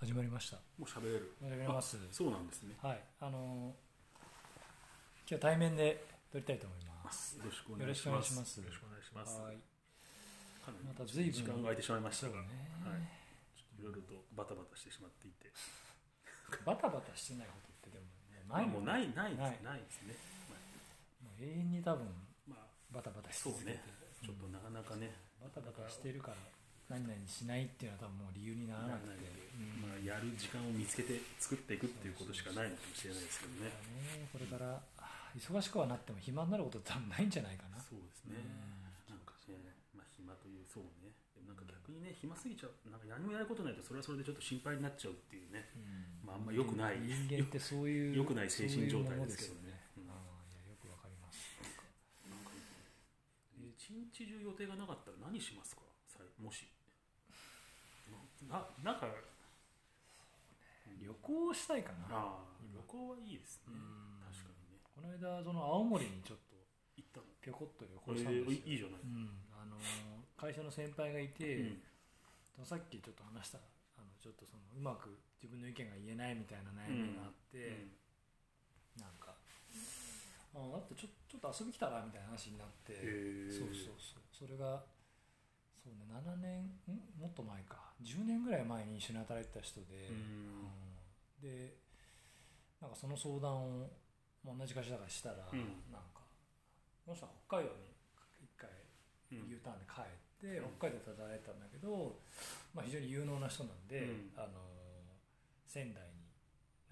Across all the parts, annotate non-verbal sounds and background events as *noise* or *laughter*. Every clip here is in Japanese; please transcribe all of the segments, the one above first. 始まりました。もう喋れる。おはようございます。そうなんですね。はい、あのー今日は対面で撮りたいと思います。よろしくおよ願ろいししくお願まいしす。ます。よろしくお願いします。はい。かなりまた随分時間が空いてしまいましただが、からはい。ね、ちょっといろいろとバタバタしてしまっていて、バタバタしてないことってでもね、まあないもうい。ないないなないいないですね。もう永遠に多分まあ、まあバタバタしそう続けて、ね。ちょっとなかなかね、バタバタしてるから何々しないっていうのは多分もう理由にならなならくなて。いのでうん、まあやる時間を見つけて作っていくっていうことしかないのかもしれないですけどね。ね、これからあー忙しくはなっても暇になることって多分ないんじゃないかな。そうですね。なんかね、まあ暇というそうね。でもなんか逆にね、暇すぎちゃう、なんか何もやることないとそれはそれでちょっと心配になっちゃうっていうね。うんまああんま良くない人間ってそういう良くない精神状態ですけどねそういうものですよねうんああいやよくわかります一日中予定がなかったら何しますかさいもしなななんか旅行したいかなああ旅行はいいですねうん確かにねこの間その青森にちょっと行ったのぴょこっとこ旅行れしたんですよ、いいじゃない、うんあのー会社の先輩がいて、うんさっきちょっと話したあのちょっとそのうまく自分の意見が言えないみたいな悩みがあって、うんなんかああとちょちょっと遊び来たらみたいな話になって、へえそうそうそうそれがそうね7年んもっと前か10年ぐらい前に一緒に働いてた人で、ううんんでなんかその相談を、まあ、同じ会社だからしたら、うんなんかこの人は北海道に一回うん U ターンで帰って、うん北海道で働いてたんだけど、まあ、非常に有能な人なんで、うんあの仙台に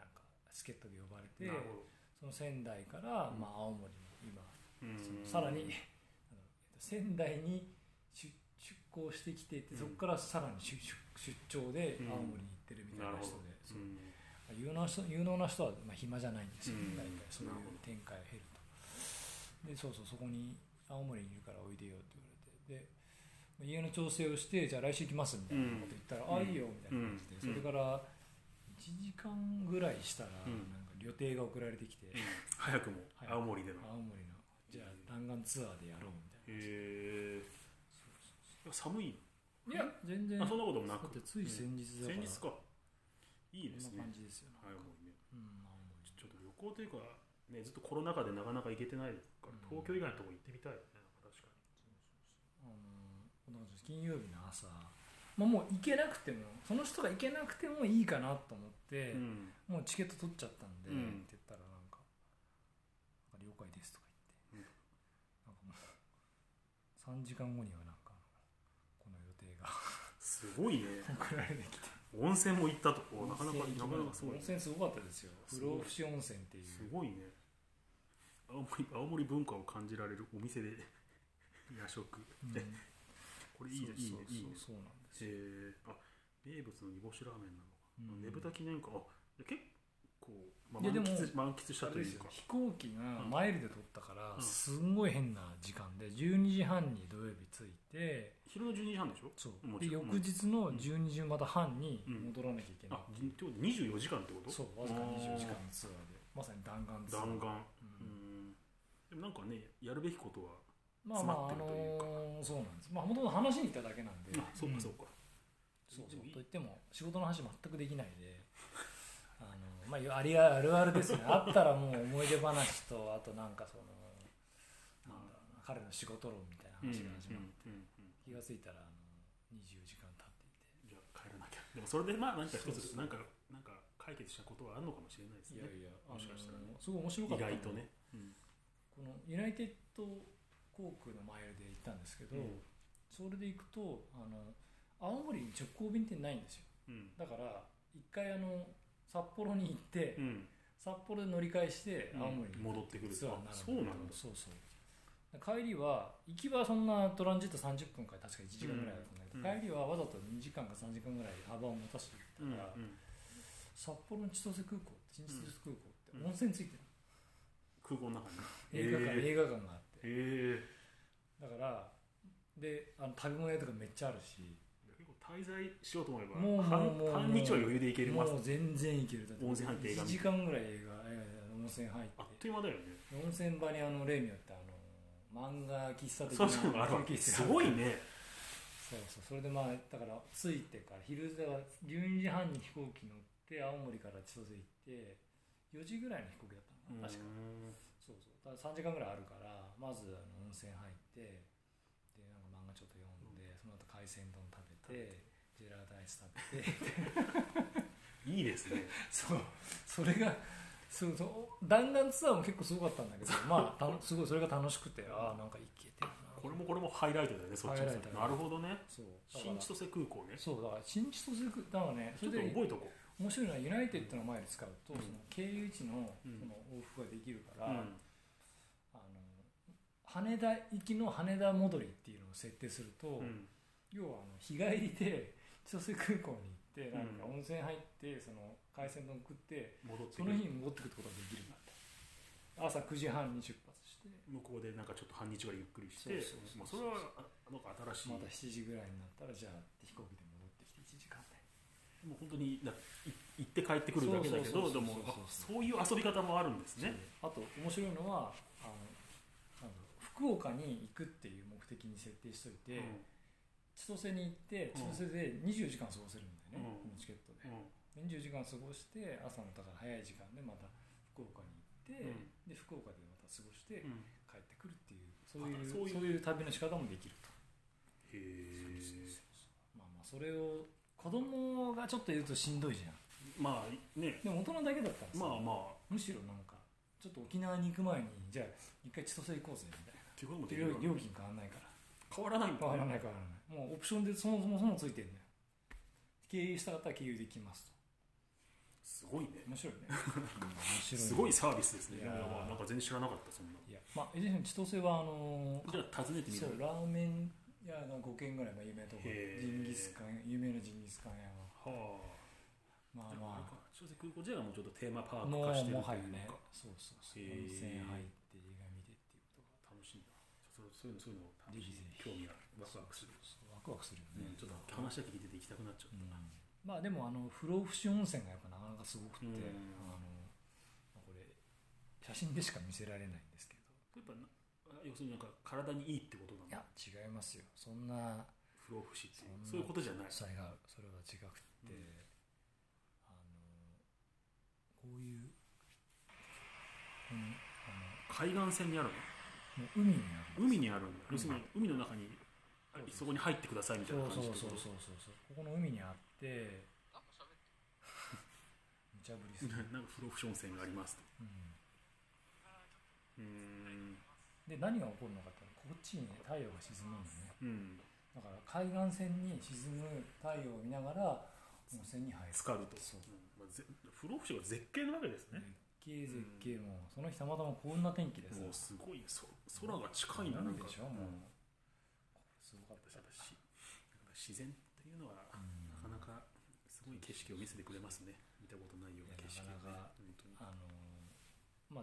なんか助っ人で呼ばれてなるほそのど仙台から、うんまあ、青森に今うんそのさらに *laughs* あのえっと仙台に出出向してきててうんそこからさらに出出出張でうん青森に行ってるみたいなるなほ人どで、そううん有能な人有能な人はまあ暇じゃないんですよ、うん大体そういなるほうど展開を経るとでそうそうそこに青森にいるからおいでよって言われてで家の調整をしてじゃあ来週行きますみたいなこと言ったら、うんああいいよみたいな感じで、うんそれから1時間ぐらいしたら、うんなんか予定が送られてきて、早くもはい青森での、青森のじゃあ弾丸ツアーでやろうみたいな。へえ寒いいや、全然。あそんなこともなくだってつい先日だから。先日かいいですこんねな感じですよね。青森ねうん、ちょっと旅行というか、ね、ずっとコロナ禍でなかなか行けてないから、うん東京以外のとこ行ってみたいよね、なんか確かに。あのこんな感じです金曜日の朝、まあ、もう行けなくても、その人が行けなくてもいいかなと思って、もうんうチケット取っちゃったんで、うんって言ったらなんか、なんか了解ですとか言って、なんかもう、3時間後にはなんか、この予定がすごいね、送られてきて。 *laughs* 温泉も行ったとこ、なかなか、な温泉かなかす温ごいね、泉すごかったですよ。す不ごい老不死温泉っていう。すごいね、青森青森文化を感じられるお店で *laughs* 夜食、うんねこれいいね、いいね、いいね。そうそうそうなんですよえー、あ名物の煮干しラーメンなのか、うんねぶた記念館、あいや結構、まあ、いや満でも喫満喫したあとれでいすうよか、飛行機がうんマイルで取ったから、うんすんごい変な時間で12時半に土曜日着いて昼の12時半でしょ、そうもでちろん翌日の12時また半に戻らなきゃいけないあ、じってこと24時間ってことそうわずか24時間のツアーでまさに弾丸ツアー弾丸ううんんでもなんかねやるべきことはまあまああ詰まってるというかのーそうなんですまあもともと話しに行っただけなんであそうかそうかかそうでそうもいいといっても仕事の話全くできないで *laughs* あの、まあ、ありあるあるですね *laughs* あったらもう思い出話とあとなんかそのなんだろうな彼の仕事論みたいな話が始まって、うんうんうん気がついたらあの24時間経っていてじゃあ帰らなきゃでもそれでまあなんか一そうそつうなんかなんか解決したことはあるのかもしれないですねいやもしかしたらねすごい面白か意ったの外とねうんこのユナイテッド航空のマイルで行ったんですけど、うんそれで行くとあの青森に直行便ってないんですようんだから一回あの札幌に行って、うん札幌で乗り換えして青森にうん戻ってくるツアーになるあそうなんだそうそう帰りは行きはそんなトランジット30分から確か1時間ぐらいだったんだけど、うん帰りはわざと2時間か3時間ぐらい幅を持たせて行っうんうたから、ん札幌の千歳空港新千歳空港ってうん温泉ついて空港の中にる、映画館映へ画館があってだえへからであの食べ物屋とかめっちゃあるしえ結構滞在しようと思えばもうもうもう半半日は余裕で行けまもすう全然行けるだ温泉入って映1画見て時間ぐらい映画映画温泉入っあってという間だよね温泉場にあのレミオってあの漫画喫茶的そうそうあなるわ休憩室すごいねそうそうそれでまあだから着いてから昼だから12時半に飛行機乗って青森から千歳行って4時ぐらいの飛行機だったのかな確かそうそうだから3時間ぐらいあるからまずあの温泉入ってでなんか漫画ちょっと読んで、その後海鮮丼食べてジェラートアイス食べて *laughs* いいですねそうそれがそうそう弾丸ツアーも結構すごかったんだ *laughs* けどまあたのすごいそれが楽しくてああなんかいけてるなこれもこれもハイライトだよねそっちのハイライトだねなるほどねそうだから新千歳空港ねちそうだから新千歳区だからねそょっれとで覚えとこ面白いのはユナイテッドの前で使うと、うんその経由地のうんその往復ができるかうら、あの羽田行きの羽田戻りっていうのを設定すると、うんうん要はあの日帰りで千歳空港に行ってなんかう温ん泉入ってその海鮮丼食って戻ってそのくる日に戻ってくるってことができるんだって朝9時半に出発して向こうでなんかちょっと半日ぐらいゆっくりしてそうそうそうまあそれはあなんか新しいまた7時ぐらいになったらじゃあ飛行機で戻ってきて1時間でもう本当にない行って帰ってくるだけだけそうそうどでそうそうそもあそういう遊び方もあるんですねそうあと面白いのはあのなんだろう福岡に行くっていう目的に設定しといて、千歳に行ってうん千歳で24時間過ごせるんだよね、うこのんチケットうでん、 24時間過ごして朝のだから早い時間でまた福岡に行って、でうん福岡でまた過ごしてうんうん帰ってくるっていうそういうそあそうういういう旅の仕方もできると、へえまあまあそれを子供がちょっといるとしんどいじゃんまあねでも大人だけだったらさまあまあむしろなんかちょっと沖縄に行く前にじゃあ一回千歳行こうぜみたいなっていうこともでき料るわけ料金変わんないから変わらないんだ変わねらない変わらないもうオプションでそもそもそもついてんだよ経由したかったら経由できますとすごいね面 *laughs* 白いねうん面白すごいねサービスですねいいややーまあなんか全然知らなかったそんないやまあエジソン千歳はあのーじゃあ訪ねてみそるうラーメン屋が5軒ぐらいまあ有名なところへージンギスカン有名なジンギスカン屋ははまああじゃああれまか小瀬空港じゃあもうちょっとテーマパあーもうク化してるもとはやいうねかそうそうそうへ温ー泉入って映画見てっていうことが楽しいなそうそういうのそういうの楽ぜしひぜひい興味あるワクワクするそうワクワクするよねねちょっと話だけ聞いてて行きたくなっちゃううんまあでもあの不老不死温泉がやっぱなかなかすごくて、うんあのまあこれ写真でしか見せられないんですけどやっぱなあ要するになんか体にいいってことなんいだや違いますよそんな不老不死っていうそんなそういうことじゃないそれがそれは違くって、うんあのこういう、この海岸線にあるあのもう海にあるの海にあるんだうん要するに海の中にあそうそうそこに入ってくださいみたそいうな感じそうってそうそうそうそうここことの海にあって無茶ぶりする、なんか不老不死温泉がありますとうんうーんで何が起こるのかっていうとこっちにね太陽が沈むんだねうんだから海岸線に沈む太陽を見ながら温泉に入る浸かるとそううんまあぜ不老不死が絶景なわけです絶ね景絶景も、その日たまたまこんな天気でさもうすごいそ空が近いな海なんかでしょうんもう、やっすごかったぱしやっぱ自然っていうのはなかなかすごい景色を見せてくれますね見たことないような景色をいねやなかなか本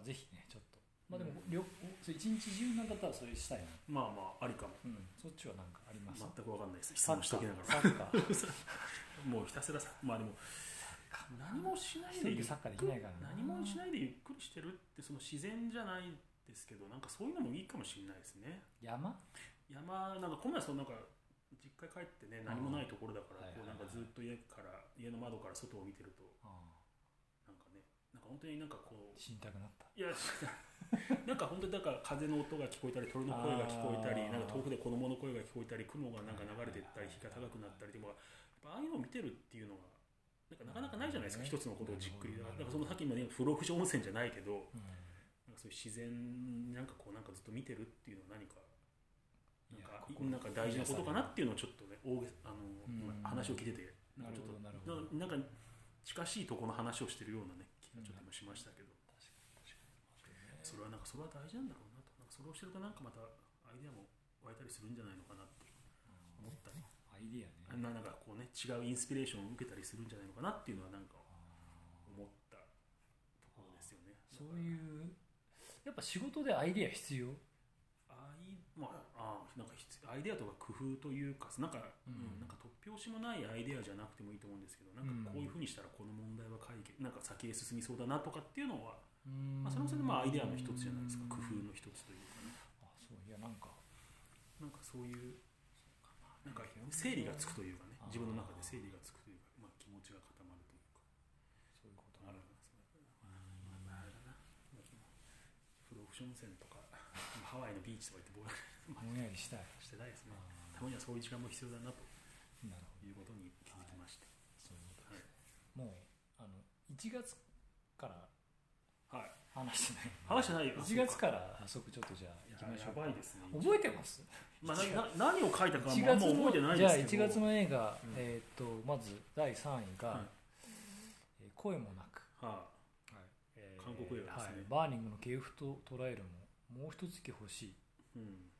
あのーまあ当にぜひねちょっとまあでも、りょそう一日中なんだったらそれしたいな、まあまあありかもうん、そっちはなんかあります全くわかんないです質問しときながサらッカーサッ *laughs* カーもうひたすらさまあでも何もしない一人ででサッカーできないからな何もしないでゆっくりしてるってその自然じゃないですけどなんかそういうのもいいかもしれないですね山山なんかこの前そのなんか実家帰ってね何もないところだかはらいこうはないんはいかずっと家から家の窓から外を見てるとあなんかねなんか本当になんかこあう死にたくなったいや *laughs* なんか本当になんか風の音が聞こえたり鳥の声が聞こえたりあーなんか遠くで子供の声が聞こえたり雲がなんか流れてったり日が高くなったりでもやっぱああいうのを見てるっていうのはなんかなかなかないじゃないですかなる一ほつどのねことをじっくりだなかるほどらそのさっきまで不老不死温泉じゃないけどうんなんかそういう自然なんかこうなんかずっと見てるっていうのは何かなんいやかここなんか大事なことかなっていうのをちょっとね大げさあの、うん話を聞いててなんかちょっとなるほどなるほどなんか近しいところの話をしてるようなね気がちょっと今しましたけど、それはなんかそれは大事なんだろうなとなんかそれをしてるとなんかまたアイデアも湧いたりするんじゃないのかなってうん思ったり、アイディアあねんななんかこうね違うインスピレーションを受けたりするんじゃないのかなっていうのはなんかあー思ったところですよね。そういうやっぱ仕事でアイディア必要アイまあ、あーなんかひつアイデアとか工夫というかなんか、ううんんなんか突拍子もないアイデアじゃなくてもいいと思うんですけどなんかこういうふうにしたらこの問題は解決なんか先へ進みそうだなとかっていうのは、まあ、それもそれでまあアイデアの一つじゃないですか工夫の一つというかねあそういやなんかなんかそういうなんか整理がつくというかねあー自分の中で整理がつくというか、まあ、気持ちが固まるというかそういうことああるるんですねまああれだな不老不死温泉とかハワイのビーチとか行ってぼーぼっんやりしたいとしてないですねあたまにはそういう時間も必要だなとーなるほどいうことに気づきましてそういうことはい、もうあの1月からはい、話してない話してないよ1月から早速ちょっとじゃあ行きましょやうばいですね覚えてますまあ、 1なな何を書いたかもあん1ま月覚えてなのいじでゃあすけど1月の映画、うんえー、とまず第3位が、はいえー声もなく、はえ韓国映画ですねはいバーニングの系譜と捉えるももう一月欲しいいうん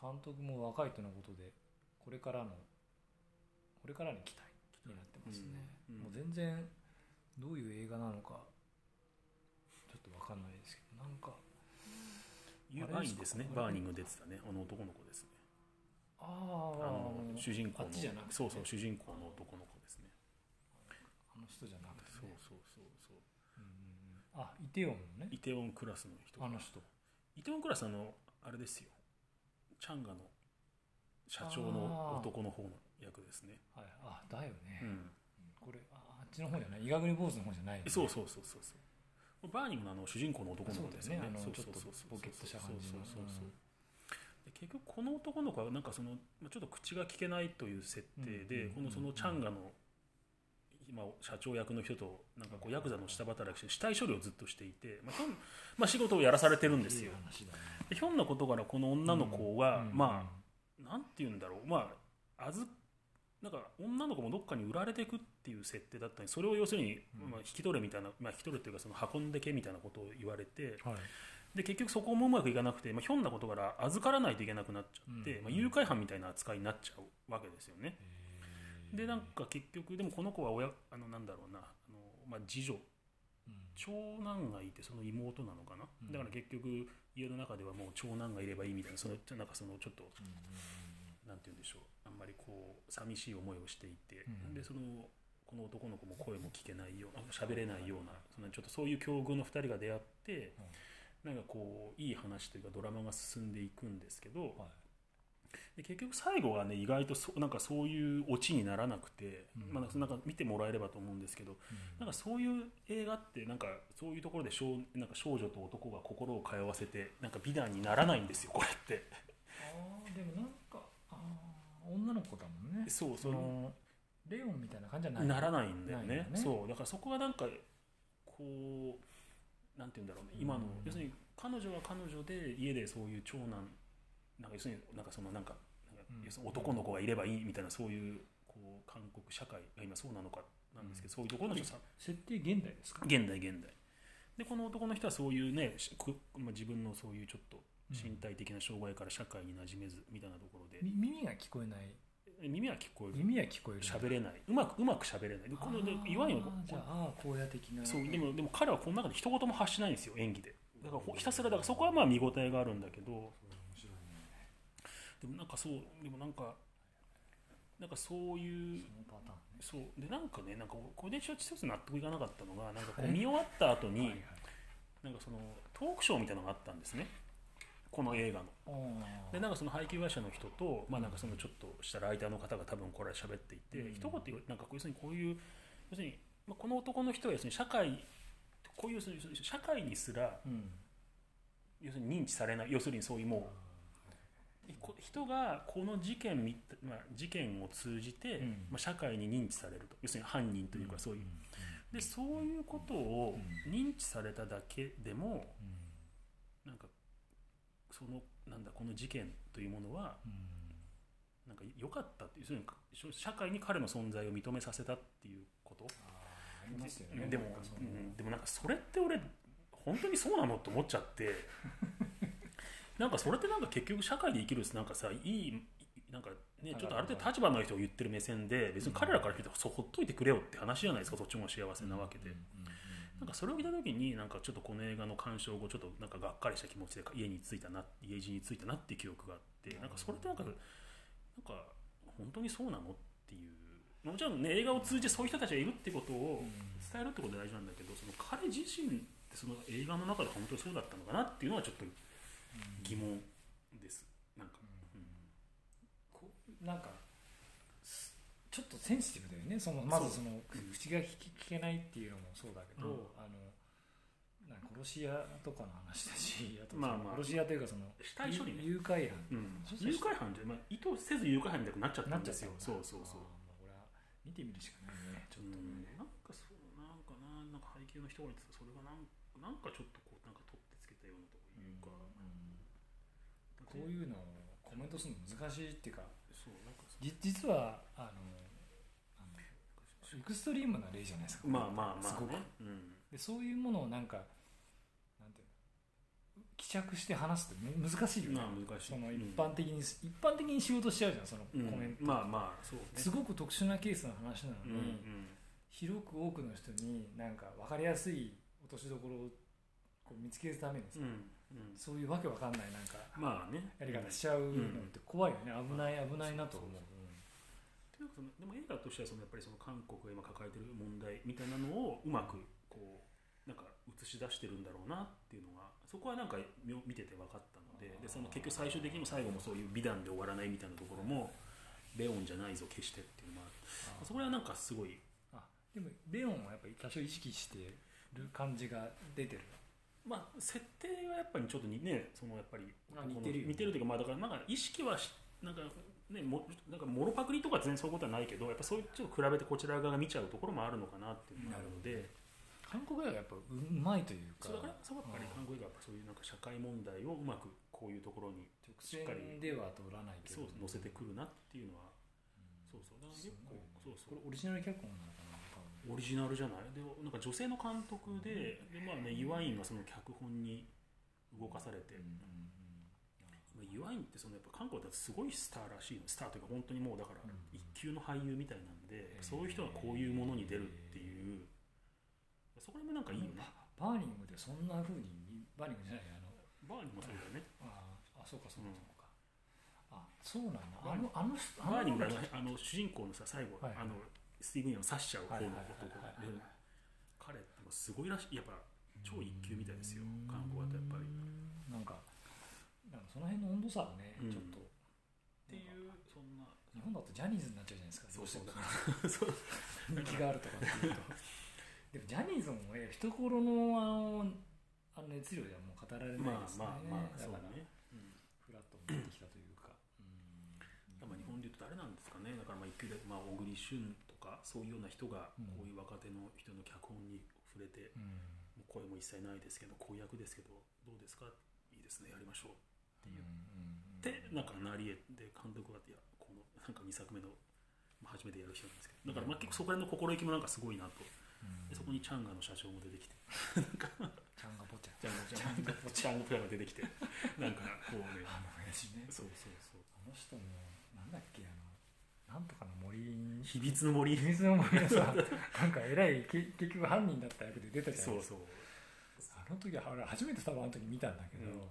監督も若いとのことでこれからのこれからに期待になってますね、うんうんもう全然どういう映画なのかちょっと分かんないですけどなんかユあアれイですンかですねバーニング出てたねあの男の子ですねああああのの主人公あのっちじゃなくてねそうそう主人公の男の子ですねあの人じゃなくて、そうね、そうそうそううんうんうんあイテウォンのねイテウォンクラスの人あの人イテウォンクラスあのあれですよチャンガの社長の男の方の役ですねはいあだよね、うんこれああっちの方じゃない医学に坊主の方じゃないよねそうそうそうそうそうバーニングのあの主人公の男のそう子だでよすねよねあのそうちそょっうとそうそうポケットした感じそのうそうそうそううんで結局この男の子はなんかそのまあちょっと口が聞けないという設定うんでうんこのそのチャンガの今社長役の人となんかこうヤクザの下働きして死体処理をずっとしていて、まあひょんまあ、仕事をやらされてるんですよいい話だねでひょんなことからこの女の子が、うんまあ、なんて言うんだろうまああずなんか女の子もどっかに売られていくっていう設定だったりそれを要するに、うんまあ、引き取れみたいな、まあ、引き取れっていうかその運んでけみたいなことを言われてうんはいで結局そこもうまくいかなくて、まあ、ひょんなことから預からないといけなくなっちゃって、うんまあ、誘拐犯みたいな扱いになっちゃうわけですよね。えーでなんか結局でもこの子は親あのなんだろうなあの、まあ、次女うん長男がいてその妹なのかな、うんだから結局家の中ではもう長男がいればいいみたいなそのなんかそのちょっとうんうんなんて言うんでしょうあんまりこう寂しい思いをしていて、うんでそのこの男の子も声も聞けないような喋れないようなそのちょっとそういう境遇の2人が出会ってうんなんかこういい話というかドラマが進んでいくんですけどはいで結局最後はね意外とそなんかそういうオチにならなくて、うんまあ、なんか見てもらえればと思うんですけどなんかそういう映画ってなんかそういうところで少なんか少女と男が心を通わせてなんか美談にならないんですよこれって。あーでもなんかあー女の子だもんねそうそそののレオンみたいな感じじゃないならないんだよないねよねそうだからそこはなんかこうなんて言うんだろうね今の、うん要するに彼女は彼女で家でそういう長男なんか要するになんかそのなんかなんかうん要するに男の子がいればいいみたいなそういうこう韓国社会が今そうなのかなんですけど、そういうところの人さ設定現代ですか現代現代でこの男の人はそういうねしくまあ自分のそういうちょっと身体的な障害から社会に馴染めずみたいなところでみ、耳が聞こえない耳は聞こえる耳は聞こえる喋れないうんうまくうまく喋れないでこのでいわゆるあーじゃあ荒野的なそうでもでも彼はこの中で一言も発しないんですよ演技でだからほひたすらだからそこはまあ見応えがあるんだけど面白いねでもなんかそうでもなんかなんかそういうそのパターンねそうでなんかねなんかこれで一つ納得いかなかったのがなんかこはうい見終わった後はいにはいなんかそのトークショーみたいなのがあったんですねこの映画のあーでなんかその配給会社の人と、まあ、なんかそのちょっとしたライターの方が多分これ喋っていて、うん一言言うなんかこう要するにこういう要するに、まあ、この男の人は要するに社会こういう要するに社会にすらうん要するに認知されない要するにそういうもうこ人がこの事件みた、まあ、事件を通じて、うんまあ、社会に認知されると要するに犯人というかそういう、でそういうことを認知されただけでもうんなんかそのなんだこの事件というものはうんなんか良かったっていうそういうか社会に彼の存在を認めさせたっていうことあーありますよねでもなんかそのうんでもなんかそれって俺本当にそうなのって思っちゃって *laughs* なんかそれってなんか結局社会で生きるなんかさいいなんかねはいちょっとある程度立場のある人を言ってる目線で別に彼らから見てそうほっといてくれよって話じゃないですかそっちも幸せなわけうで。んうんなんかそれを見た時になんかちょっとこの映画の鑑賞後ちょっとなんかがっかりした気持ちで家に着いたな家路に着いたなっていう記憶があってなんかそれってなんかなんか本当にそうなのっていうもちろんね映画を通じてそういう人たちがいるってことを伝えるってことが大事なんだけどその彼自身ってその映画の中で本当にそうだったのかなっていうのはちょっと疑問ですなんか、うんこなんかちょっとセンシティブだよねそのまずそそのうん口が聞き聞けないっていうのもそうだけど、うんあのなんか殺し屋とかの話だしあとそのまあまあ殺し屋というかその死体処理ね誘拐犯うんそうそう誘拐犯じゃ、まあ、意図せず誘拐犯みたいになっちゃったなっちんゃっですたよんだそうそうそうあーまあこれは見てみるしかないねちょっとうんね、なんかそうなんかななんか配給の人が言ってたそれがなんなんかちょっとこうなんか取ってつけたようなというか、うんこういうのをコメントするの難しいっていうかそうなんかじ実はあのあのエクストリームな例じゃないですかまあまあまあ、ね、すごくうん、でそういうものをなんかなんていうの希釈して話すってむ難しいよね、まあ難しいその一般的に、一般的に仕事しちゃうじゃんそのコうメんント、まあまあそうねすごく特殊なケースの話なのうに、んうん広く多くの人になんか分かりやすい落としどころをこう見つけるためにさ、うんうんそういうわけわかんないなんかまあねやり方しちゃうのって怖いよね、危ない危ないなと思う、なんかそのでも映画としてはそのやっぱりその韓国が今抱えてる問題みたいなのをうまくこうなんか映し出してるんだろうなっていうのがそこはなんか見見てて分かったのででその結局最終的にも最後もそういう美談で終わらないみたいなところもレオンじゃないぞ決してっていうのはあそこらはなんかすごいあでもレオンはやっぱり多少意識してる感じが出てるまあ設定はやっぱりちょっとにねそのやっぱりあ似てるよね似てるというかまあだからなんか意識はしなんかねもなんかもろパクリとか全然そういうことはないけどやっぱそういうちょっと比べてこちら側が見ちゃうところもあるのかなっていうのがあるので。韓国映画はやっぱうまいというかそうだからそこはやっぱり韓国がそういうなんか社会問題をうまくこういうところに直しっかり線では通らないけそどう載せてくるなっていうのはうんそうそうだからす結ごいね構そうそこうれオリジナル脚本なのかなオリジナルじゃないでなんか女性の監督ででまあねイワインがその脚本に動かされうてんまあイワインってそのやっぱ韓国だとすごいスターらしいのスターというか本当にもうだからうん一級の俳優みたいなんでへーそういう人がこういうものに出るっていうそこら辺もなんかいいよねバーニングでそんな風にバーニングじゃないあのバーにもそうだよねああそうかそうかそうか、あそうなんだあのあの人バーニングああののあの主人公のさ最後、はいあのスティーブン・インを刺しちゃう方の男がはいはいはいはいはい彼ってもうすごいらしいやっぱ超一級みたいですよ韓国だとやっぱり。っなんかなんかその辺の温度差がね、うんちょっとていうそんな日本だとジャニーズになっちゃうじゃないですかそうそうどだうしてからそう *laughs* も人気があるとかっていうとでもジャニーズもね人頃のあのあの熱量ではもう語られないですね、まあまあまあだそうからね。フラットになってきたというかうん多分日本でいうと誰なんですかねだからまあ一級で、まあ、小栗旬とかそういうような人がうんこういう若手の人の脚本に触れて、うんもう声も一切ないですけど公約ですけどどうですかいいですねやりましょうっていうってなんかなりえで監督がいやこのなんか2作目のまあ初めてやる人なんですけどだからまあ結構そこら辺の心意気もなんかすごいなとうんでそこにチャンガの社長も出てきてちゃんがぼちゃチャンガチャンガチャンガプラが出て *laughs* きてなんかこうねあの親父ねそうそうそうあの人もなんだっけあのなんとかの森 *laughs* に秘密の森秘密の森のさなんか偉いけ結局犯人だった役で出たじゃないそでうすかそうあの時は俺初めて多分あの時見たんだけど、うなんん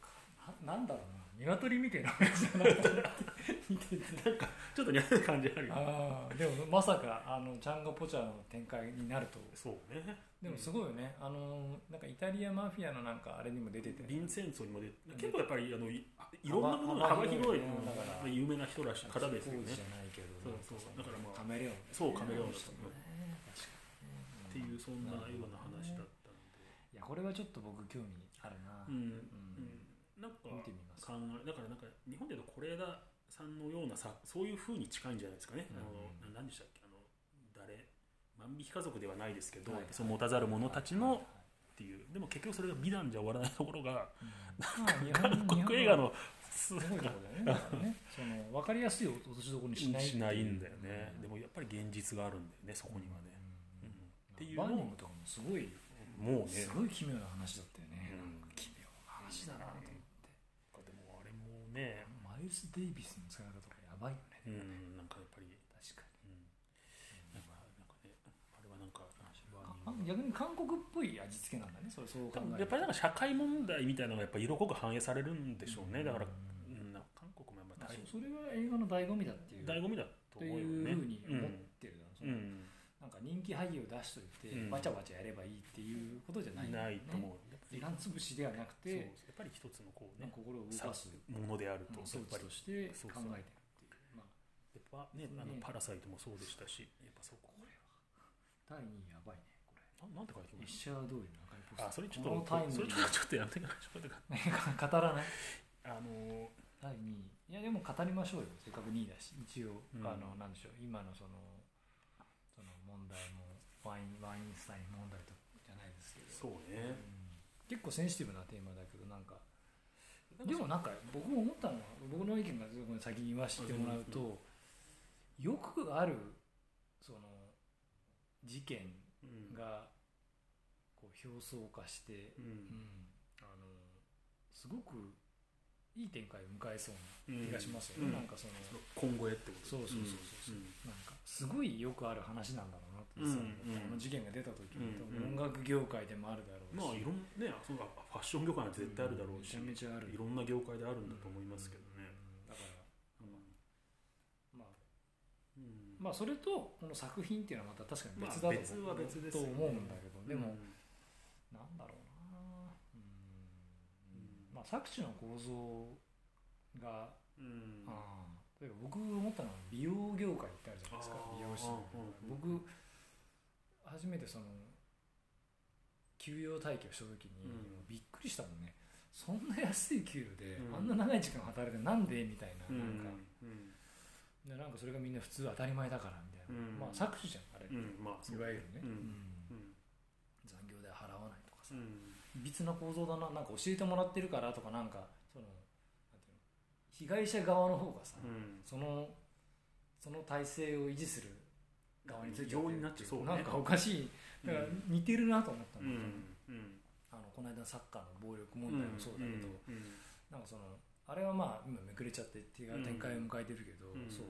かななんだろうな鶏みたいな感じだなと *laughs* 思って見ててなんかちょっと似合う感じあるよねあーでもまさかあのチャンガポチャの展開になるとそうねでもすいごいよね、あのなんかイタリアマフィアのなんかあれにも出ててヴィンセンツォにも出て結構やっぱりあのいいろんなものが幅広い幅広いねだからうん有名な人らしい方ですよ工事ねじゃないけどそうそうだからまあカメレオンそうカメレオンだとそう思うね確かにねっていうそんなようなな話だるほどっねたので。いやこれはちょっと僕興味あるな、うんんなんか見てみます考えだからなんか日本でいうと是枝さんのようなさそういう風に近いんじゃないですかね、うんあの何でしたっけあの誰万引き家族ではないですけど、はいはいその持たざる者たちのはいはっていうでも結局それが美談じゃ終わらないところがいはい韓国映画のすすごいとこだよねだからねその分かりやすい落としどころにしないってしうないんだよね、うんでもやっぱり現実があるんだよねそこにはね、うんうんっていうのバをーニングとかもすごい、もうねすごい奇妙な話だったよね、うん奇妙な話だなと思って、でもあれもねマイルス・デイビスの使い方とかやばいよねうんなんかやっぱり、確かにうん、なんかなんかねあれはなんかああ逆に韓国っぽい味付けなんだねそれそう考えるとやっぱりなんか社会問題みたいなのがやっぱ色濃く反映されるんでしょうね、うんだから、うん、なんか韓国もやまっぱあ大そそれが映画の醍醐味だっていう醍醐味だとと思うよいうね。ふうに思ってるだろう、そうのんなんか人気俳優を出しといて、うんわちゃわちゃやればいいっていうことじゃうないんんだよなねいと思う。やっぱり時間潰しではなくそうやってぱり一つのこうね心を動かすものであると、うんや装っ置ぱりとして考えてるっていうそうそうまあやっは、ねあのねパラサイトもそうでしたしやっぱそこ第2位やばいねこれななんて書いてエッますシャー通りの赤いポスターあそれちょっこのタイとムそれちょっとちょっとやめてくださいと *laughs* 語らないあの第2位いやでも語りましょうよせっかく2位だし一応、うんあのなんでしょう今のそのその問題もワインワインスタイン問題とじゃないですけどそううんね結構センシティブなテーマだけどなんかでもなんか僕も思ったのは僕の意見が先に言わせてもらうとよくあるその事件うんがこう表層化してう、うんんあのすごくいい展開を迎えそううんな気がしますよね、うんなんかその今後へってことそうそうそうそう、んなんかすごいよくある話なんだろうなって、うんそのうあんの事件が出た時に、うんうん音楽業界でもあるだろうし、まあいろんねあそうかファッション業界なんて絶対あるだろうし、んめちゃめちゃあるいろんな業界であるんだと思いますけどね、うんだからまあまあうんそれとこの作品っていうのはまた確かに別だと,、まあ別は別ですとよ思ねうんだけどでも、うんなんだろうなうん、まうんあ作詞の構造が、うんあー例えば僕思ったのは美容業界ってあるじゃないですかあー美容師のうんうん僕初めてその休養体験をした時に、うんびっくりしたもんねそんな安い給料で、うあんんな長い時間働いてなんでみたいな,、うんなんかうんでなんかそれがみんな普通当たり前だからみたいな、まあうん搾取じゃんあれ、うんまあそういわゆるね、ううんんうん残業代払わないとかさ、うんいびつな構造だななんか教えてもらってるからとかなんかそのなんていうの被害者側の方がさ、うんそのその体制を維持する側についちゃって情るになっってちゃいううそうねなんかおかしいだから似てるなと思ったうの,、んうんあのこの間サッカーの暴力問題もそうだけど、うんうんなんかそのあれはまあ今めくれちゃってっていう展開を迎えてるけど、うんそう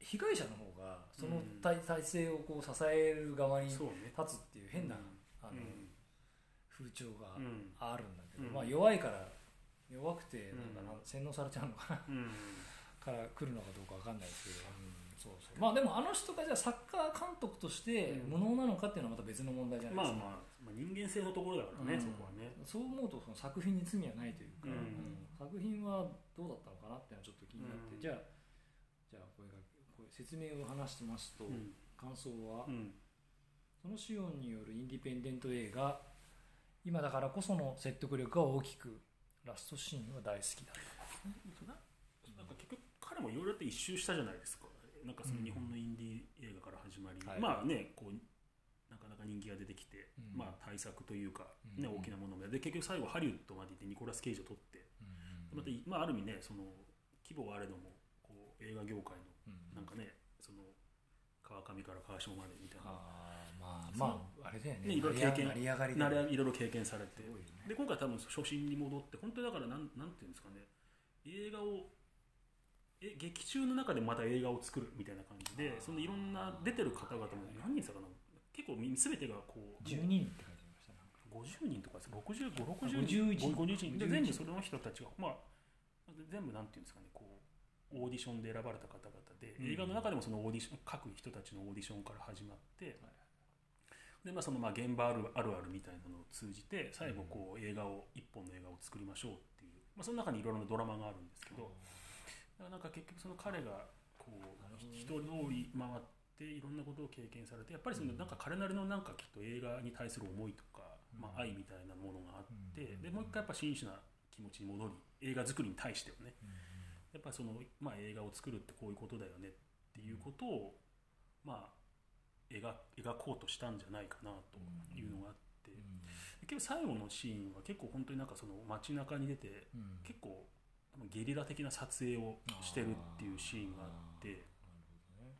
被害者の方がその体,、体制をこう支える側に立そうねつっていう変な、あの風潮がうんうんあるんだけど、うんまあ弱いから弱くてうんなんかな洗脳されちゃうのかな *laughs* うんから来るのかどうかわかんないですけど、そうそうまあでもあの人がじゃあサッカー監督としてうん無能なのかっていうのはまた別の問題じゃなまいあでますあか、まあ人間性のところだからねうんそこはねそう思うとその作品に罪はないというか、うん作品はどうだったのかなっていうのはちょっと気になって、うんじゃあじゃあこれがこれ説明を話してますと、うん感想は、うんそのシオンによるインディペンデント映画今だからこその説得力が大きくラストシーンは大好きだななんか結局彼もいろいろって一周したじゃないですかなんかその日本のインディー映画から始まり、はいまあねこうなかなか人気が出てきて、うんまあ対策というか、ねうん大きなものがで結局最後ハリウッドまで行ってニコラス・ケイジを取ってまた、まあ、ある意味ねその規模はあれどもこう映画業界のなんかねその川上から川下までみたいなあーまあまああれだよねねいろいろ経験成り上がりだなよれねいろいろ経験されてすごいよねで今回多分初心に戻って本当にだからなんなんていうんですかね映画をえ劇中の中でまた映画を作るみたいな感じであーそのいろんな出てる方々も何人ですかな結構み全てがこう12人って書いてありましたなんか50人とかです65、60 51人50人で51全部その人たちが、まあ、全部なんていうんですかねこうオーディションで選ばれた方々で、うん映画の中でもそのオーディション各人たちのオーディションから始まって、でまあ、そのまあ現場あるあるあるみたいなのを通じて最後こう映画を一本の映画を作りましょうっていう、まあ、その中にいろいろなドラマがあるんですけど、だからなんか結局その彼がこなるほうどね一通り回っていろんなことを経験されてやっぱりそのなんか彼なりのなんかきっと映画に対する思いとか、うんまあ、愛みたいなものがあって、うんでもう一回やっぱ真摯な気持ちに戻り映画作りに対してはねうんやっぱりその、まあ、映画を作るってこういうことだよねっていうことを、まあ、描描こうとしたんじゃないかなというのがあって、結局最後のシーンは結構本当になんかその街中に出てうんうん結構ゲリラ的な撮影をしてるっていうシーンがあってなるほどね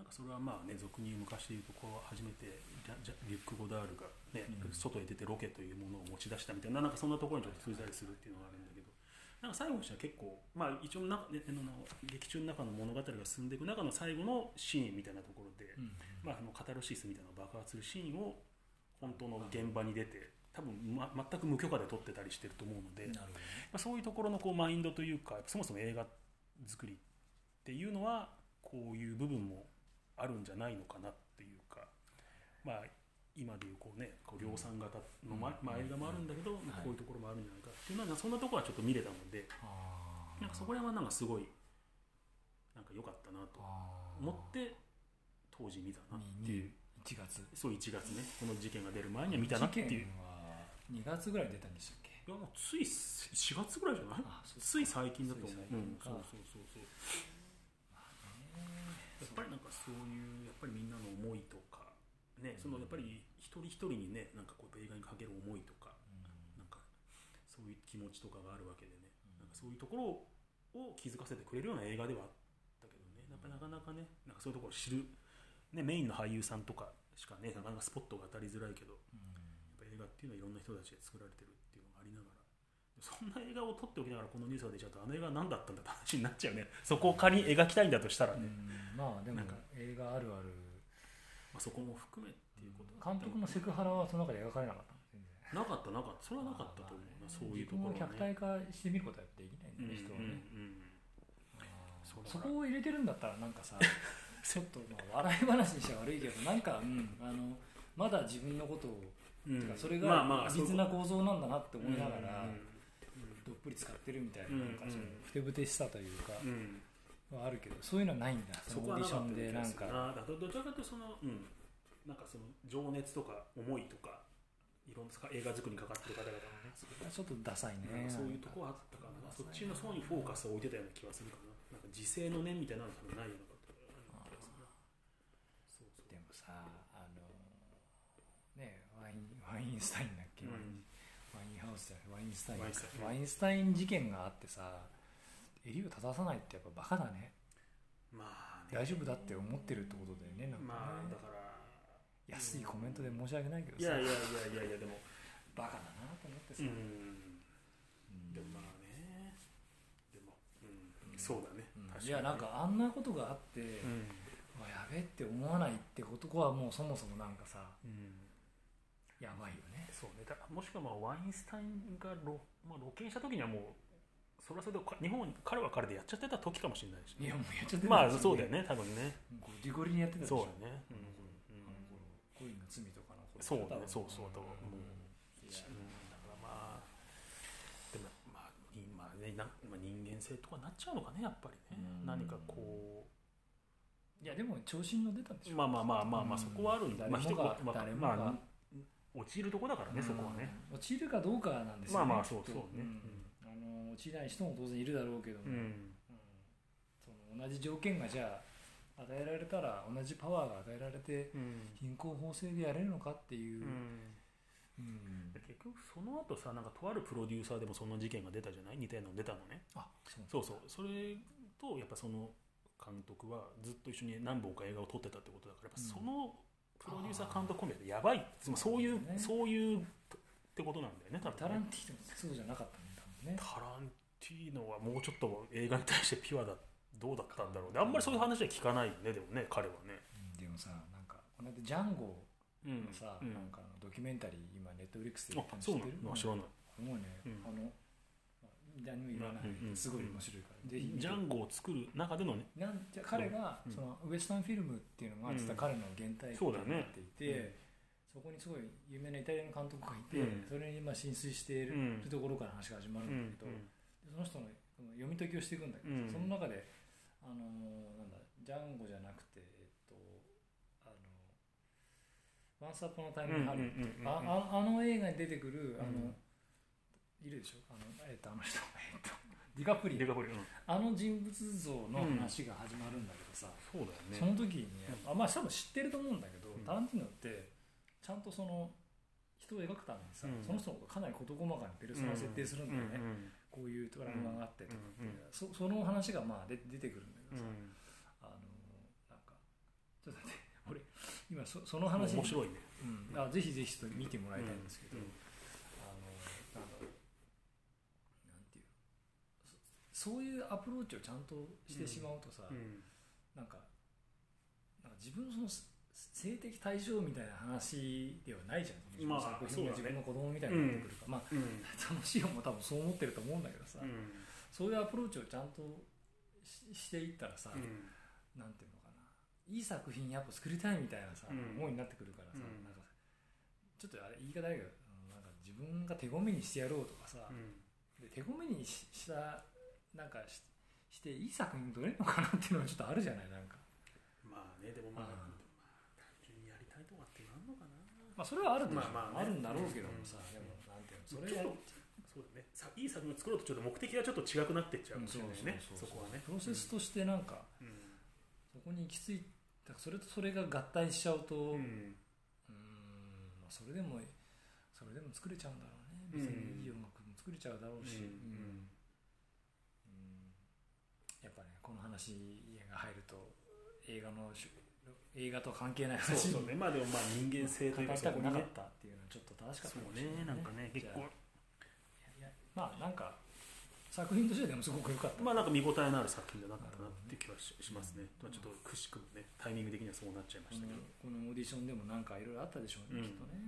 なんかそれはまあね俗に昔でいうとこれは初めてジャジャリュック・ゴダールが、ねうん外へ出てロケというものを持ち出したみたいななんかそんなところにちょっと通じたりするっていうのがあるんだけどなんか最後のシーンは結構、まあ、一応な、ね、あの劇中の中の物語が進んでいく中の最後のシーンみたいなところで、うんまあ、あのカタルシスみたいなのが爆発するシーンを本当の現場に出て多分、ま、全く無許可で撮ってたりしてると思うので。なるほどねまあ、そういうところのこうマインドというかそもそも映画作りっていうのはこういう部分もあるんじゃないのかなっていうか、まあ、今でいうこう、ね、こう量産型の、ままあ、映画もあるんだけど、まあこういうところもあるんじゃないかっていうのはそんなところはちょっと見れたのであーなんかそこら辺はなんかすごいなんかか良かったなとあー思って当時見たなっていうに1月そう1月ねこの事件が出る前には見たなっていう事い件は2月ぐらいに出たんでしたっけやもうつい4月ぐらいじゃないあそうつい最近だとつい思う最う近かんそうそうそうそうやっぱりなんかそういうやっぱりみんなの思いとかねそのやっぱり一人一人にねなんかこう映画にかける思いとかなんかそういう気持ちとかがあるわけでねなんかそういうところを気づかせてくれるような映画ではあったけどねやっぱなかなかねなんかそういうところを知る、ね、メインの俳優さんとかしかねなかなかスポットが当たりづらいけどうんやっぱ映画っていうのはいろんな人たちで作られてるっていうのがありながらそんな映画を撮っておきながらこのニュースが出ちゃうとあの映画は何だったんだって話になっちゃうね *laughs* そこを仮に描きたいんだとしたらうね、んまあでもなんか映画あるあるまあ、そこも含めっていうことだったの監か督のセクハラはその中で描かれなかった全然なかったなかったそれはなかったと思うなそういう自ところ分をはね客体化してみることはできないんだうんうんね、人はねうんあーそうだそからこを入れてるんだったらなんか *laughs* さちょっとまあ笑い話にしては悪いけどなんか、うん、あのまだ自分のことを、うんてかそれまあがまあいびつな構造なんだなって思いながら、うどっぷり使ってるみたいなうんなんかそのうんふてぶてしさというかんうんうんはあるけどそういうのはないんだそそのこオーはデなィかシったョンでなんかような気がするあだとどちらかというとそのうんなんかその情熱とか思いとかいろんな映画作りにかかってる方々のねちょっとダサいなんねかそういうとこはあったかなそっちの層にフォーカスを置いてたような気がするかななんか時勢の念みたいなのは多分ないようなことがある気がするなそうそうでもさあのねワインワインスタインだっけ、うんワインハウスじゃないワインスタインワインスタインワインスタイン事件があってさ襟を正さないってやっぱバカだねまあね大丈夫だって思ってるってことだよねなんかね、まあだから安いコメントで申し訳ないけどいさやいやいやいやいやでもバカだなと思ってさ、うんうんでもまあねでも、うん、そうだね、うん確いかにやなんかあんなことがあって、うん、うわやべえって思わないってことはもうそもそもなんかさうん、やばいよねそうねだもしくはまあワインスタインがロ、まあ、露見した時にはもうそれはそれでか日本彼は彼でやっちゃってた時かもしれないし、いや、ねもうやっちゃってまあそうだよね多分ねゴリゴリにやってたでしょそうだねうんあの頃コインの罪とかの頃そうだねそうそうだわもいううんやだからまあでもまあにまあねなまあ人間性とかなっちゃうのかねやっぱりねうん何かこいやでも調子に乗ってたんでしうょまあまあまあまあまあうんそこはあるんだまあ誰もが人まあ誰もがまあ落ちるとこだからねそこはねうん落ちるかどうかなんですよねまあまあそうきっとそうねんあの落ちない人も当然いるだろうけども、うんうんその同じ条件がじゃあ与えられたら同じパワーが与えられてうん貧困法制でやれるのかっていうう、んうんで結局その後さなんかとあるプロデューサーでもそんな事件が出たじゃない似たようなの出たのねあそうそうそうそれとやっぱその監督はずっと一緒に何本か映画を撮ってたってことだからやっぱうんそのプロデューサー監督コンビってやばいつまりそういうねそういうってことなんだよね多タ分ラねンティーノもそうじゃなかったんだもんねタランティーノはもうちょっと映画に対してピュアだどうだったんだろうねあんまりそういう話は聞かないよねでもね彼はねうんでもさなんかこの間ジャンゴうんのさ、うんなんかあのドキュメンタリー今ネットフリックスであったのそう知なってるの知らないもうね、うんあのまあ何も言わない、うんうんすごい面白いから、ぜひ見てジャンゴを作る中でのねなんじゃ彼が、うんそのウエスタンフィルムっていうのが実は彼の原体験そうだによなねっていて、そこにすごい有名なイタリアの監督がいて、うんそれにまあ浸水している,、うんところから話が始まるうんんだけど、でその人のその読み解きをしていくんだけど、うんその中で、あのーなんだジャンゴじゃなくて、えっとあの「ワンスアポンタイムハリウッド」うんうんうんうんあああの映画に出てくるあの、うんいるでしょあの,、えっと、あの人、 *laughs* えっと、ディカプリデオカボリうんあの人物像の話が始まるんだけどさ、そうだよねその時にね、うあまあ多分知ってると思うんだけど、うんタランティーノってちゃんとその人を描くためにさ、うんその人のことかなり事細かにペルソナを設定するんだよね、うんこういうトラウマがあってとかっていう、うんうんそその話がまあ出出てくるんだけどうんさ、うんあのなんかちょっと待って俺今そそのもう話に面白いねうん、あぜひぜひちょっと見てもらいたいんですけど、うんあのなんだろうなんていうそそういうアプローチをちゃんとしてしまうとさ、うんなんかなんか自分のそのす性的対象みたいな話ではないじゃん、自分のまあ作品がそ自うだ分のね子供みたいになってくるから、まうんあ楽しいも多分そう思ってると思うんだけどさ、うんそういうアプローチをちゃんとししていったらさ、なんていうのかないい作品やっぱ作りたいみたいなさ、うん思いになってくるからさ、うんなんかちょっとあれ言い方悪いけどあのなんか自分が手ごめにしてやろうとかさ、うんで手ごめにししたなんかししていい作品撮れるのかなっていうのはちょっとあるじゃないなんか、まあねでもまあ、うんまあ単純にやりたいとかってなんのかなまあ、それはあるんだろう、まあまあねあるんだろうけどもさ、うんでもなんていうのそそれれちやょっりとそうだねさいい作品を作ろうとちょっと目的がちょっと違くなってっちゃううかんもしれないねそこはねプロセスとしてなんか、うんそこに行き着いたそれとそれが合体しちゃうと、ううんんまあ、それでもそれでも作れちゃうんだろうね別にいい音楽も作れちゃうだろうし、うんうんうんやっぱねこの話が入ると映画のし映画とは関係ないそう話そうねまあでもまあ人間性という語かりそたこくになかねったっていうのはちょっと正しかったそかもうしれないねなんかね結じゃ構あいやいやまあなんか作品としてでもすごく良かった、まあなんか見応えのある作品だなったなっていう気はしんしますね、うんまあ、ちょっとくしくもねタイミング的にはそうなっちゃいまこしのたけど、このオーディションでもなんかいろいろあったでしょうね、うんきっとね、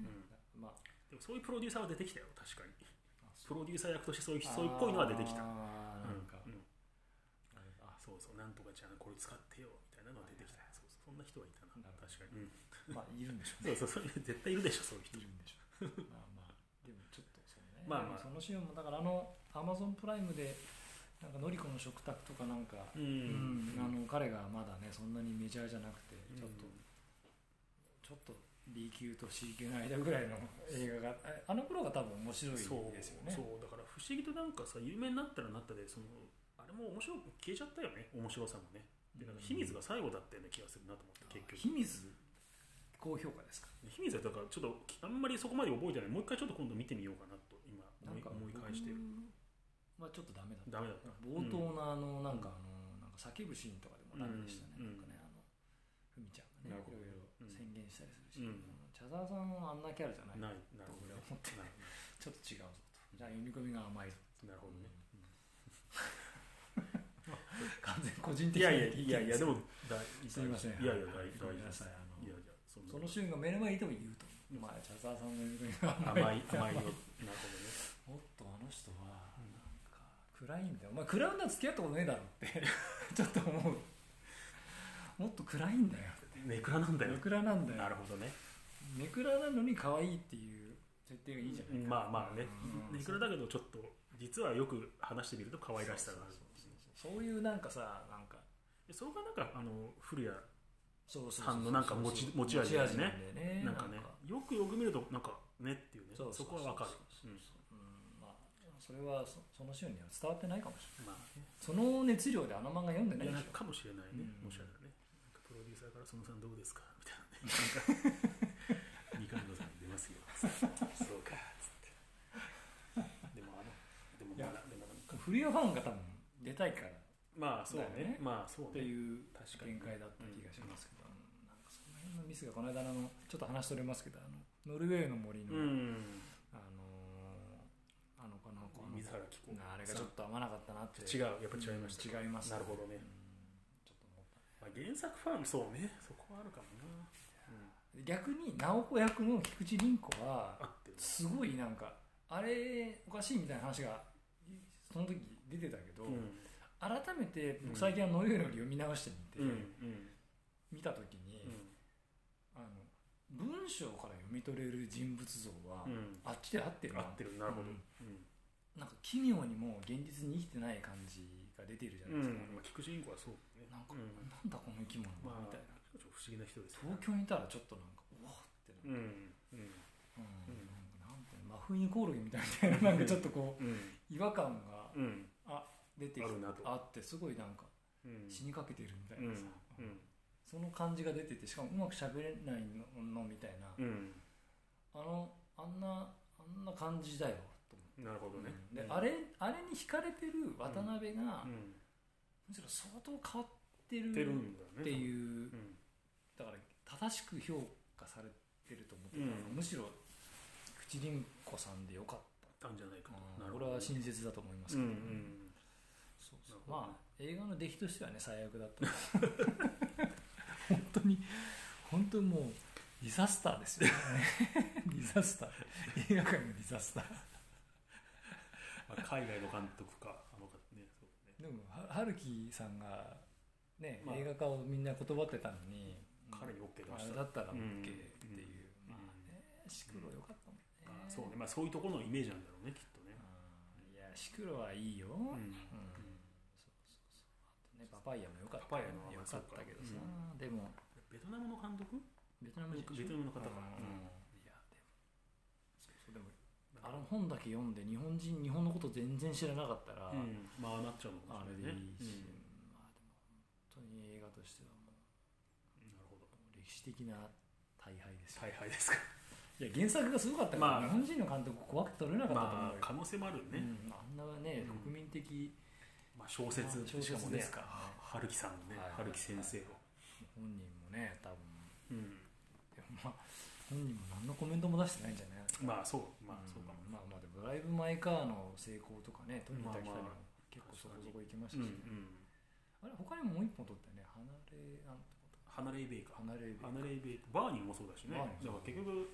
まあでもそういうプロデューサーは出てきたよ確かにあそうプロデューサー役としてそういうそういうっぽいのは出てきたあーうなんんか、うんあそうそうなんとかちゃんこれ使ってよみたいなのは出てきた、そうそうそんな人はいたななるほど確かに、うんまあいるんでしょうねそうそうそう絶対いるでしょそういう人いるんでしょうまあまあでもちょっとそうねまあまあでもそのシーンもだからあのアマゾンプライムでなんかのりこの食卓とかなんか、うんうんあの彼がまだねそんなにメジャーじゃなくてちょっと、ちょっと B 級と C 級の間ぐらいの映画がえあの頃が多分面白いですよそうねそうだから不思議となんかさ有名になったらなったでそのあれも面白く消えちゃったよね面白さもねでなんか秘密が最後だったような気がするなと思って秘結密高局評価ですか秘密はだからちょっとあんまりそこまで覚えてないもう一回ちょっと今度見てみようかなと今思い思い返してる僕はちょっとダメだったダメだった冒頭のあのなんかあのなんか叫ぶシーンとかでもダメでしたね、なんうんかねあのふみちゃんがなねるほいどろいろうん宣言したりすうるし、ん茶沢さんはあんなキャラじゃないないなる僕ほどは思ってなるちょっと違うぞとじゃあ読み込みが甘いぞなるほどね、 *laughs* 完全に個人い的なやいやいやいやでも大すみませんいやいや大ご大めん丈夫なでさいすあのいやいやそんなその瞬間目の前にいても言うとうんまあ茶沢さんの読み込み *laughs* が甘甘いい甘いよなるほもどねっとあの人はうんなんか暗いんだよお前暗いんだ付き合ったことねえだろって *laughs* ちょっと思うもっと暗いんだよネクラなんだよネクラなんだよなるほどねネクラなのに可愛いっていう設定がいいじゃん、うんまあまあねうんネクラだけどちょっと実はよく話してみると可愛らしさがあるそうそうそうそういうなんかさなんかでそれがなんかあの古谷そうそうそうさんのなんか持ち持ち味だよね持ちなんだよねなんかねよくよく見るとなんかねっていうねそうそこはわかるそうそうそううんまあそれはそその週には伝わってないかもしれないうんまあねその熱量であの漫画読んでないいでしやょかもしれないねうんもしかしたらねなんかプロデューサーから「そのさんどうですか?」みたいなね「二冠のさん出ますよ」そうか」つってでもあのでもまだでもなんか古谷ファンが多分出たいからっまあそうだよねねまあそうてねいう確かに展開だった気がしますけど、うんなんかその辺のミスがこの間のあのちょっと話しとれますけどあのノルウェーの森の、うんあのーあの子の子の水原希子あれがちょっと合わなかったなって違うやっぱ違いましたうん違いますなるほどねうんちょっと思ったまあ原作ファンそうねそこはあるかもな逆に直子役の菊池凛子は合ってるすごいなんかあれおかしいみたいな話がその時出てたけど、うん改めてうん僕最近はノルウェーの森読み直してみて、うんうん見た時に、あの文章から読み取れる人物像は、うんあっちで合ってる合なってるなるほどうんうんなんか奇妙にもう現実に生きてない感じが出てるじゃないですか、まあ菊池凛子はそうねなんか、うんなんだこの生き物まはあみたいなちょっと不思議な人ですね東京にいたらちょっとなんかうわーってなうんうんうんなんかなんていうの真冬にコオロギみたい *laughs* ななんかちょっとこううん違和感がうんあ出てきあてるなとあってすごいなんかうん死にかけてるみたういんなさ、うんその感じが出ててしかもうまく喋れないのみたいな、うんあのあんなあんな感じだよと思ってなるほどねで、うんあれあれに惹かれてる渡辺が、うんむしろ相当変わってるてるんだねってういう、んだから正しく評価されてると思ってたの、うんむしろ菊池凛子さんでよかったあったんじゃないかとななるほ俺どは親切だと思いますうんけうど、んそうなそうるほどねまあ映画の出来としてはね最悪だった本当に本当にもうディザスターですよねディザスター映画界のディザスターまあ海外の監督かあの方ねそうでねもは春樹さんがね、まあ映画化をみんな断ってたのに、彼に OK あ出しれただったら OK っうんていう、うんまあねシクロ良かったもんね、まあそうねまあそういうところのイメージなんだろうねきっとねうんいやシクロはいいよ、うんうんうんそうそうそうパパイヤも良かったパパイヤの方良かったがけどさそうか、でもベトナムの監督ベトナム人でしょベトナムの方かうんうんいやでもそうでもあのうん本だけ読んで日本人日本のこと全然知らなかったら、まあああなっちゃうのあかもれしでれないいねいし、まあでも本当に映画としてはもうんなるほどう歴史的な大敗ですよ大敗ですかいや原作がすごかったから、まあ日本人の監督怖くて取れなかったと思うよ、まあ可能性もあるよね、うんあんなねうん国民的まあ、小説、まあ小説しかもでねすからねは春樹さんのね、はい春樹先生を、本人もね多分うんでもまあ本人も何のコメントも出してないんじゃないまあそうまあんそうかも、まあまあでもドライブ・マイ・カーの成功とかね取りに行ったり来たりまもあま結構そこそこ行きましうんたし、ねあれうん、他にももう一本撮ったよね離れなんてこと離れイベイか離れるだか離れイベイバーニーもそうだしねバーニーだから結局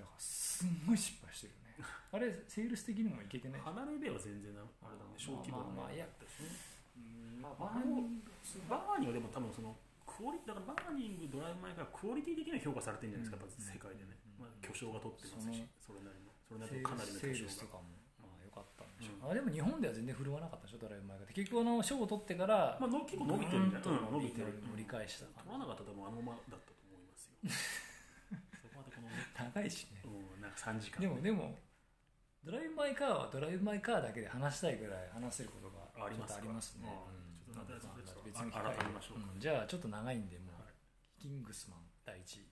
らすんごい失敗してるよねあれセールス的にもいけてない離れイベイは全然なあれだね小規模まあまあまあいやったしねうんまあバーニングバーニーはでも多分そのクオリだからバーニングドライブ前からクオリティ的には評価されてるんじゃないですか、やっぱ世界でね、うんまあ、巨匠が取ってますしそれなりのそれなりのかなりのセー巨ル匠スとかがもまあ良かったんでしょう、うあでも日本では全然振るわなかったでしょドライブ・マイ・カーって結局あの賞を取ってから、まあ、の結構伸びてるんじゃない、うん、伸びてる乗り返した取らなかったら多分あのままだったと *laughs* 思いますよそこまでこの、ね、長いしねうんなんか3時間でもでもドライブ・マイ・カーはドライブ・マイ・カーだけで話したいぐらい話せることがありちょまっすとあかりますねまあうんちょっとまあまたちょっと別の機会で改めましょうかんじゃあちょっと長いんでもう、はいキングスマン第一位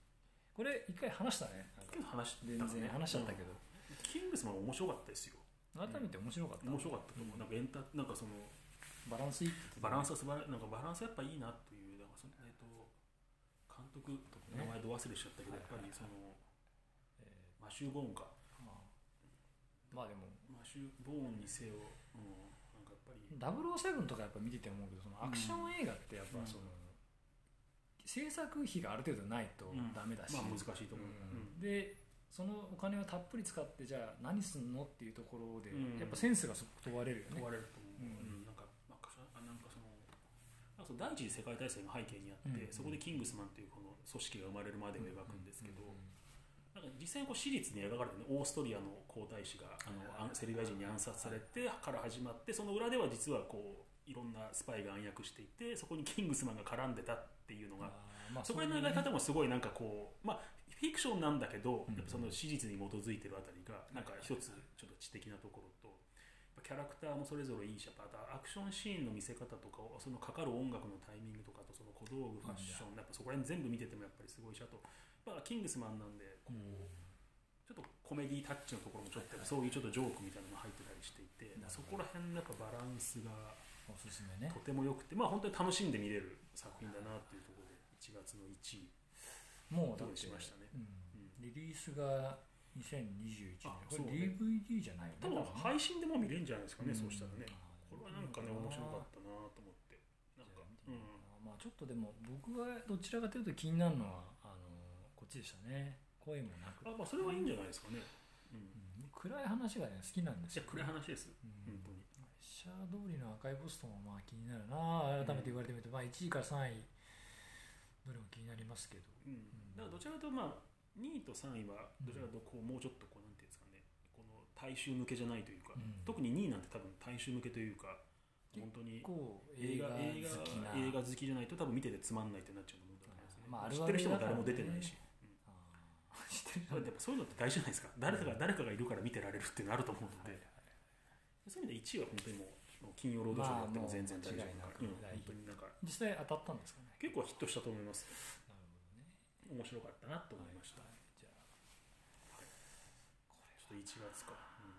これ一回話したねなんか結構話してた全然話しちゃったけど、うんキングスマン面白かったですよ改めて面白かった、面白かったと思うう、んなんかエンタなんかそのバランスいいって言ってたバランスは素晴らなんかバランスやっぱいいなというなんかそのえっと監督とか名前ど忘れしちゃったけねど、やっぱりそのえマシュー・ボーンかーまあまあでもマシュー・ボーンにせよ、うん、なんかやっぱり007とかやっぱ見てて思うけどそのアクション映画ってやっぱその、制作費がある程度ないとうんダメだし、まあ難しいと思う、うんでそのお金をたっぷり使ってじゃあ何すんのっていうところで、うんやっぱセンスがすごく問われるよね問われると思う、ううんなんかなんかそあなんかそのなんかその第一次世界大戦が背景にあっうて、んそこでキングスマンというこの組織が生まれるまでを描くんですけど、うなんか実際にこう史実に描かれてねオーストリアの皇太子があのあのセルビア人に暗殺されてから始まってその裏では実はこういろんなスパイが暗躍していてそこにキングスマンが絡んでたっていうんのうんがあーまあそこら辺の描き方もすごいなんかこうまあフィクションなんだけどうんやっぱその史実に基づいてるあたりがなんか一つちょっと知的なところと。やっぱキャラクターもそれぞれいいし、やっぱあとアクションシーンの見せ方とかを、そのかかる音楽のタイミングとかと、その小道具、ファッション、やっぱそこら辺全部見ててもやっぱりすごいし、あと、やっぱキングスマンなんで、こう、ちょっとコメディタッチのところもちょっとやっぱそういうちょっとジョークみたいなのも入ってたりしていてなるほどそこら辺のやっぱバランスがおすすめねとても良くてまあ本当に楽しんで見れる作品だなっていうところで1月の1位、もうだっ用意てしましたねうんうリんリースが2021年あこそれうね DVD じゃないよね多分配信でも見れるんじゃないですかね、そうしたらねここれはなんかね面白かったなと思ってなんかうんまあちょっとでも僕がどちらかというと気になるのはあのこっちでしたね声もなく、あまあそれはいいんじゃないですかね、うんうん暗い話がね好きなんですじゃよあ暗い話でうす、本ん当にシャア通りの赤いボストンもまあ気になるな改めて言われてみると、まあ1位から3位どれも気になりますけどうんだからどちらかというと、まあ、2位と3位はどちらかというとこうもうちょっとこうなんていうんですかねこの大衆向けじゃないというか、うん特に2位なんて多分大衆向けというか結本当に結構映映画好きな画映画映画好きじゃないと多分見ててつまんないってなっちゃうと思うんだと思いますね、まあある知あっるてる人も誰も出てないし、あー知ってるうん、だってやっぱそういうのって大事じゃないですか誰かが誰かがいるから見てられるっていうのあると思うので、そういう意味で1位は本当にもうもう金曜ロードショーやっても全然ま大丈夫だあから、もう間違いなくうん、本当になんか実際当たったんですかね結構ヒットしたと思いますなるほどね面白かったなと思いました、はいじゃあこれちょっと1月か、うん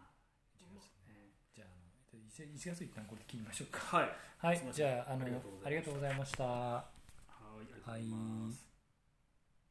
1月ねじゃああの一一月一旦これで切りましょうかはい。はいすいませんじゃああのありがとうございましたありがとうございましたはい、ありがとうございます。